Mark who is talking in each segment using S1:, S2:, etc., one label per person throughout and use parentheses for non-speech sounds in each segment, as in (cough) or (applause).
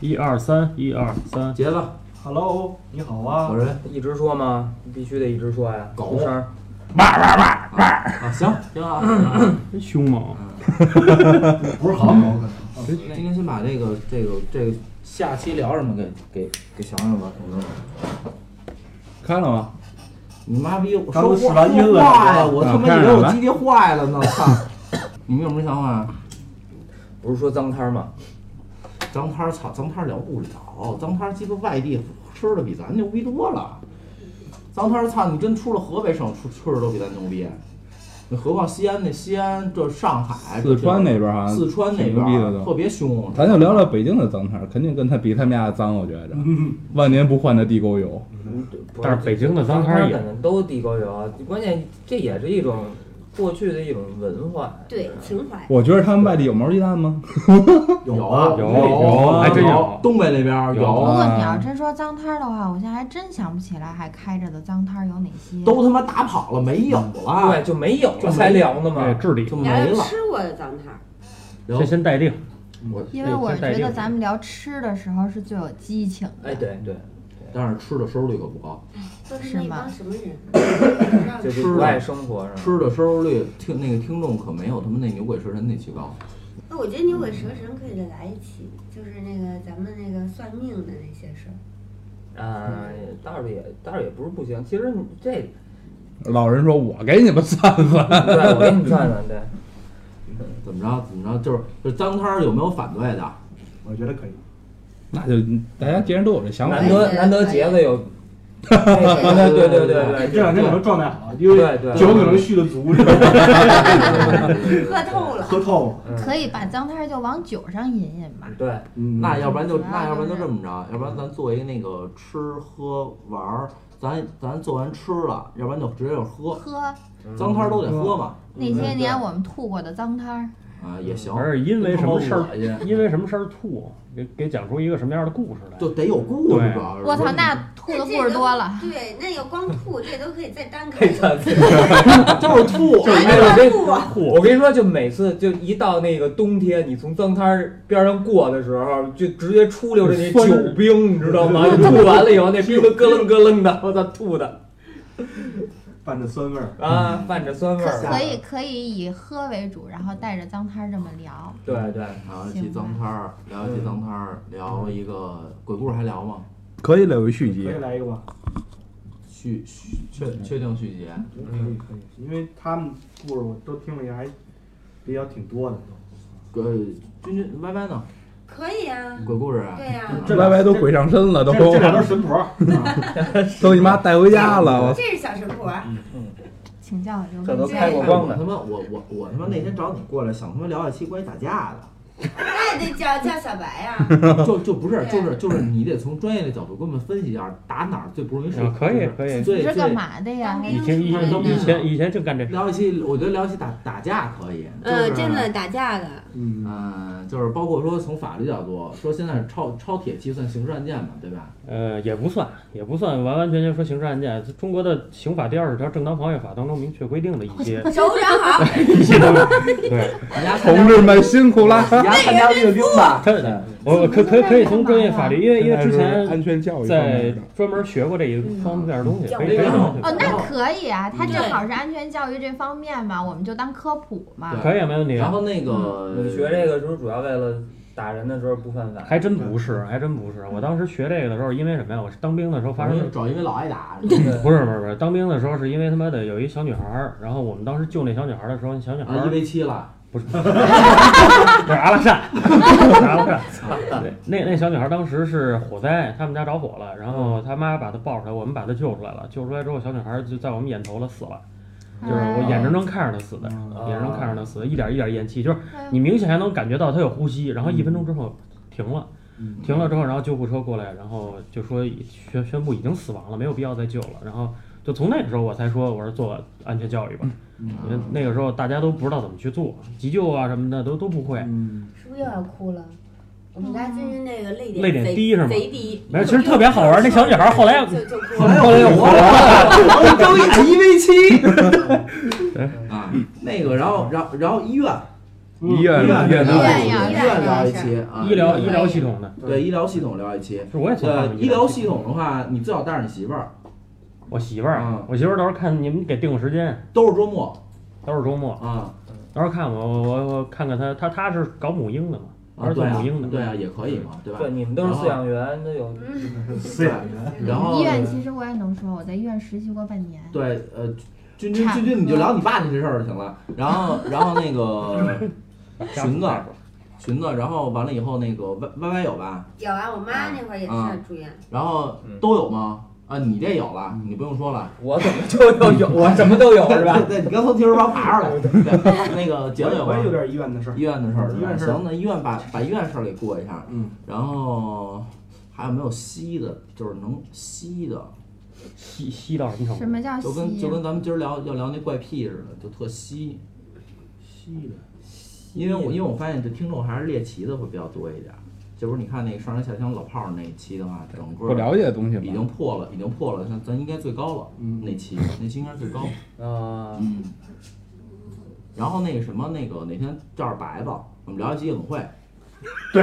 S1: 一二三，一二三，
S2: 结吧，
S3: Hello，你好啊
S2: 某，人
S4: 一直说吗？必须得一直说呀，
S2: 狗
S4: 出声儿。
S2: 啊，行，挺好。
S4: 啊
S2: 嗯
S1: 真凶猛！
S3: 不是嗯好狗，可能。
S2: 那应该先把这个这个这个下期聊什么给给给想想吧，同志们。
S1: 开了吗？
S2: 你妈逼，我
S3: 刚
S2: 说
S3: 试
S2: 话
S3: 完音
S2: 说
S3: 了
S2: 话呀！
S3: 你
S2: 我
S1: 啊
S2: 他妈
S1: 看
S2: 以
S1: 着
S2: 为我
S1: 来
S2: 机器坏了呢，操！你们有什么想法？啊
S4: 不是说脏摊儿吗？
S2: 脏摊儿，操，脏摊儿聊不了，脏摊儿鸡巴外地吃的比咱牛逼多了。脏摊儿，操，你真出了河北省吃吃的都比咱牛逼。你何况西安那西安，这上海、
S5: 四川
S2: 这
S5: 那边好像
S2: 四川那
S5: 啊挺
S2: 边
S5: 牛逼的
S2: 儿啊特
S5: 都。
S2: 别凶。
S5: 咱就聊聊北京的脏摊儿，肯定跟他比他们家的脏，我觉着。万年不换的地沟油，
S4: 不
S1: 但是北京的脏
S4: 脏
S1: 摊儿
S4: 儿
S1: 也
S4: 肯定都地沟油，啊关键这也是一种过去的一种文化。
S6: 对，
S1: 嗯
S6: 情怀。
S5: 我觉得他们外地有毛鸡蛋吗？
S2: 有
S3: 啊
S1: 有
S2: 有，
S1: 还真有
S2: 东北那边儿
S1: 有
S2: 有
S7: 不
S5: 啊
S7: 过你要真说脏摊儿的话，我现在还真想不起来还开着的脏摊儿有哪些。
S2: 都他妈打跑了，没有
S4: 对，
S2: 了，
S4: 就没有
S2: 啊就没有
S4: 才聊呢
S1: 哎，
S4: 嘛。
S1: 智力
S2: 就
S6: 聊
S2: 没
S6: 聊
S2: 了。
S6: 吃过的脏摊儿，
S2: 有
S1: 先先待定。
S7: 因为我觉得咱们聊吃的时候是最有激情的。
S4: 哎，对对，
S2: 但是吃的收视率可不高，
S6: 都
S7: 是
S6: 是那
S7: 吗
S6: 帮什么人？不让
S4: 就是
S2: 吃
S4: 不
S2: 的
S4: 爱生活是吧？
S2: 吃的收视率听那个听众可没有他们那牛鬼蛇神那期高。
S6: 那我觉得牛鬼蛇神可以再来一期，就是那个咱们那个算命的那些事儿。
S4: 啊，倒是也倒是也不是不行。其实你这，
S5: 老人说：“我给你们算算。
S4: 对我给你算算，
S1: (laughs)
S4: 对，
S2: 怎么着怎么着，就是就是脏摊儿有没有反对的？
S3: 我觉得可以。”
S5: (laughs) 那就大家既然都有这想法，
S4: 难
S6: 哎
S4: 得难得杰子有，对对对对对，
S3: 这两天可能状态好，因为
S4: 对对
S3: 酒可能续的足，是
S4: (laughs)
S3: 吧
S6: (laughs) 喝透了，
S3: 喝透了。
S4: 嗯
S7: 可以把脏摊儿就往酒上引引吧。
S4: 对，
S3: 嗯
S2: 那要不然就
S7: 主要
S2: 那要不然就
S7: 就是
S2: 这么着，要不然咱做一那个吃喝玩儿，咱咱做完吃了，要不然就直接就喝，
S7: 喝
S2: 脏摊儿都得喝嘛。
S7: 那些年我们吐过的脏摊儿，
S2: 啊也行，
S1: 而是因为什么事
S2: 真他妈恶心
S1: 儿，因为什么事儿吐，给给讲出一个什么样的故事来。
S2: 就得有故事
S1: 对
S2: 主要是。
S7: 我操，那吐的故事多了。
S6: 对，那要
S1: (laughs)
S6: 光吐，这都可以再单开
S4: 这
S6: 一期。
S4: 个。
S2: (laughs) 就是吐，
S4: 哎我跟
S6: 光吐啊！
S1: 吐
S4: 我跟你说，就每次就一到那个冬天，你从脏摊儿边上过的时候，就直接出溜着那
S1: 酸
S4: 酒冰，你知道吗？就吐完了以后，那冰都咯楞咯楞的，我操，吐的
S3: 伴着酸味儿，
S4: 啊，泛着酸味
S7: 可
S4: 儿。
S7: 可以可以以喝为主，然后带着脏摊儿这么聊。
S4: 对对，
S2: 聊一起脏摊儿，聊一起脏摊儿，聊一个鬼故事还聊吗？
S5: 可以了，有续
S3: 可以来一个吧？
S2: 续续确确定续集？
S3: 可以
S4: 嗯
S3: 可以，因为他们故事我都听了，也还比较挺多的都。
S2: 呃，君君 Y Y 呢？
S6: 可以啊，
S2: 鬼故事啊？
S6: 对
S1: 嗯
S6: 呀、
S3: 这
S5: 歪歪都鬼上身了，都
S3: 这这俩都是神婆，
S5: (laughs)
S3: 啊
S5: 都你妈带回家了。我
S6: 这是小神婆，
S1: 嗯
S7: 请教刘
S4: 这
S7: 文
S4: 都
S7: 静
S4: 开过光
S2: 我
S4: 的
S2: 他，妈我我我他妈那天找你过来，想他妈聊一期关于打架的，
S6: 那也得叫叫小白啊呀、
S1: (laughs)
S2: 就就不是
S6: 对
S2: 就是就是你得从专业的角度给我们分析一下打哪儿最不容易受
S1: 啊，
S2: 伤。
S1: 可以
S2: 就是
S1: 可以，
S7: 你
S2: 最
S7: 是干
S2: 最
S7: 嘛的呀
S6: 当？兵
S1: 以前以
S6: 当
S2: 兵
S1: 以前以前就干这事。
S2: 聊一期，我觉得聊一期打打架可以。
S6: 嗯，
S1: 啊
S2: 就是
S6: 真的。打架的，
S3: 嗯，
S2: 嗯，就是包括说从法律角度说，现在超超铁计算刑事案件嘛，对吧？
S1: 呃，也不算，也不算完完全全说刑事案件。中国的刑法第二十条《正当防卫法》当中明确规定的一些
S6: 手掌
S1: (laughs)
S6: 好，
S1: 一些东西。对，
S2: 你丫参加
S5: (laughs) 同志们辛苦啦！
S2: 你丫参加阅兵吧。
S1: 他我我可可以可以从专业法律，
S5: (laughs)
S1: 因为因为之前
S5: 安全教育
S1: 在专门学过这一方面的东西，可以可以
S7: 哦，那可以啊，他正好是安全教育这方面嘛，我们就当科普嘛。
S1: 可以没问题。
S2: 然后那个
S4: 你学这个时候主要为了打人的时候不犯法。
S1: 还真不是，还真不是。我当时学这个的时候，因为什么呀？我是当兵的时候发生的
S2: 找因为老挨打，
S1: 不是不是不是，当兵的时候是因为他妈的有一小女孩儿，然后我们当时救那小女孩儿的时候，那小女孩
S2: 啊
S1: 儿
S2: 一 v 七了，
S1: 不是不是阿拉善，不是阿拉善，对，那那小女孩儿当时是火灾，他们家着火了，然后他妈把她抱出来，我们把她救出来了，救出来之后，小女孩儿就在我们眼头了死了，就是我眼睁睁看着她死的，
S2: 哦
S1: 眼睁睁看着她死的，一点一点咽气，就是你明显还能感觉到她有呼吸，然后一分钟之后停了。停了之
S2: 嗯
S1: 后，然后救护车过来，然后就说宣宣布已经死亡了，没有必要再救了。然后就从那个时候我才说，我说做安全教育吧，
S2: 嗯
S1: 因为那个时候大家都不知道怎么去做急救啊什么的，都都不会。
S2: 嗯
S6: 是不是又要哭了？我们家君君那个泪点
S1: 泪点低是吗
S6: 贼低，
S1: 没有其实特别好玩那小女孩后来
S6: 就就哭
S2: 后
S6: 了。
S2: 来又活了，我睁眼一 v 七。啊，那个，然后，然后，然后医院，
S5: 医院
S3: 医院
S5: 院
S7: 医
S5: 的
S7: 院呀
S2: 医院聊一期啊，
S1: (laughs) 医
S2: (laughs)
S1: 疗医疗系统的，
S2: 对医疗系统聊一期。
S1: 是我也想
S2: 呃，
S1: 看
S2: 医疗系，统的话，你最好带上你媳妇儿，
S1: 我媳妇儿啊
S2: 嗯，
S1: 我媳妇儿到时候看你们给定个时间，
S2: 都是周末
S1: 都是周末，
S2: 啊
S1: 到时候看我我我看看她，她她是搞母婴的嘛，她
S2: 啊，
S1: 是做
S2: 对啊
S1: 母婴的，
S2: 对啊，也可以嘛，对吧？
S4: 对，你们都是饲养员，都有
S6: 嗯，
S3: 饲养员，
S2: 然后
S7: 医院其实我也能说，我在医院实习过半年。
S2: 对，呃，君君
S7: 差不
S2: 君
S7: 多
S2: 君，你就聊你爸那些事儿就行了。然后，然后那个裙子，裙子，然后完了以后那个歪歪歪有吧？
S3: 嗯
S6: 有啊，我妈那会儿也
S2: 啊
S6: 是住院，
S2: 然后
S4: 嗯
S2: 都有吗？啊，你这有了，
S3: 嗯
S2: 你不用说
S3: (laughs)
S2: 了，
S4: 我怎么就都有？我什么都有是 (laughs) 吧？
S2: (laughs) 对，你刚从提手旁爬上来。对，那个杰子有
S3: 我
S2: 吗
S3: 也？有点医院的事儿。
S2: 医院的事儿，
S3: 医院事儿
S2: 行，那医院把把医院事儿给过一下。
S3: 嗯，
S2: 然后还有没有吸的？就是能吸的，
S1: 吸吸到什么
S7: 什
S1: 程度？
S7: 么
S3: 啊
S7: 叫
S2: 哦就跟
S7: 吸
S2: 就
S7: 呀？
S2: 跟咱们今儿聊要聊那怪癖似的，就特吸。
S3: 西的，
S2: 因为我因为我发现这听众还是猎奇的会比较多一点儿，就是你看那个上山下乡老炮儿那一期的话，整
S5: 不
S2: 个
S5: 了解的东西
S2: 已经
S5: 嘛。
S2: 破了，已经破了，咱咱应该最高了，
S3: 嗯
S2: 那期那期应该是最高，
S1: 啊，
S2: 嗯。然后那个什么那个哪天叫上白吧，我们聊一期夜总会，
S6: 我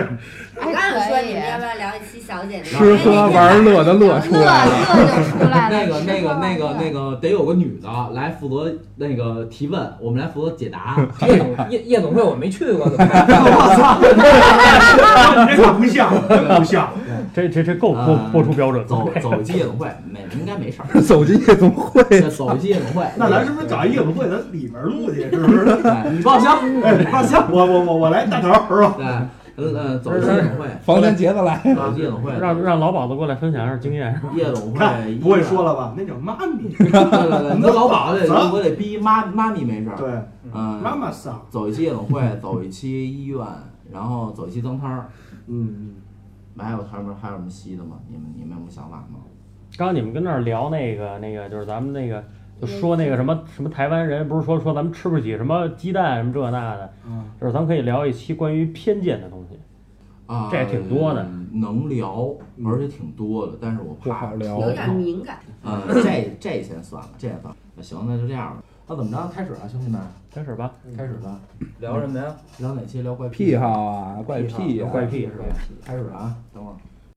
S6: 刚想说
S7: 哎可以
S6: 你们要不要聊一期小姐那个
S5: 吃喝玩乐的乐出
S7: 乐
S5: 来了，
S7: 乐就出来了。
S2: 那个那个
S7: 吃喝玩
S2: 那个
S7: 乐
S2: 那个得有个女的来负责那个提问，我们来负责解
S3: (laughs)
S2: 答。
S4: 夜总夜夜总会我没去过，怎么办？
S3: 你这可不像，
S4: (laughs)
S3: 真不像。
S1: 这这这够播
S2: 啊
S1: 播出标准
S2: 走
S1: 了，
S2: 走一期夜总会，没应该没
S3: (laughs)
S2: 事儿。
S5: (laughs) 走进夜总会，
S2: 走一期夜总会，
S3: 那咱是不是找一夜总会，咱里边录去，是不
S4: (laughs)
S3: 是？
S2: 哎你报销，
S3: 哎
S2: 你报销。
S3: 我我我我来大头是吧？
S2: 对，嗯嗯，走进夜总会，
S5: 房间结子来。
S2: 走进夜总会，
S1: 让让老鸨子过来分享一下经验。
S2: 夜总会，
S3: 看不会说了吧？那叫妈咪，
S2: 对 (laughs) 对对，你说老鸨子，我得逼妈妈咪没事儿，
S3: 对，妈
S2: 嗯，
S3: 妈桑，
S2: 走一期夜总会，走一期医院，然后走一期脏摊儿，
S3: 嗯，
S2: 还有还有没有还有什么稀的吗？你们你们有什么想法吗？
S1: 刚刚你们跟那儿聊那个那个，就是咱们那个就说那个什么什么台湾人，不是说说咱们吃不起什么鸡蛋什么这那的，
S3: 嗯
S1: 就是咱们可以聊一期关于偏见的东西。
S2: 啊，
S1: 这挺多的，
S2: 能聊，
S3: 嗯
S2: 而且挺多的，但是我
S5: 不
S2: 怕
S5: 好聊
S6: 有点敏感，
S2: 嗯，这这先算了，这也算了，那行，那就这样吧。那怎么着？开始啊，兄弟们，
S1: 开始吧，
S2: 开始吧。
S4: 聊什么呀？
S2: 聊哪期？聊怪
S5: 嗯癖好啊，怪癖
S1: 有
S5: 啊，
S1: 怪癖是吧？
S2: 开始啊！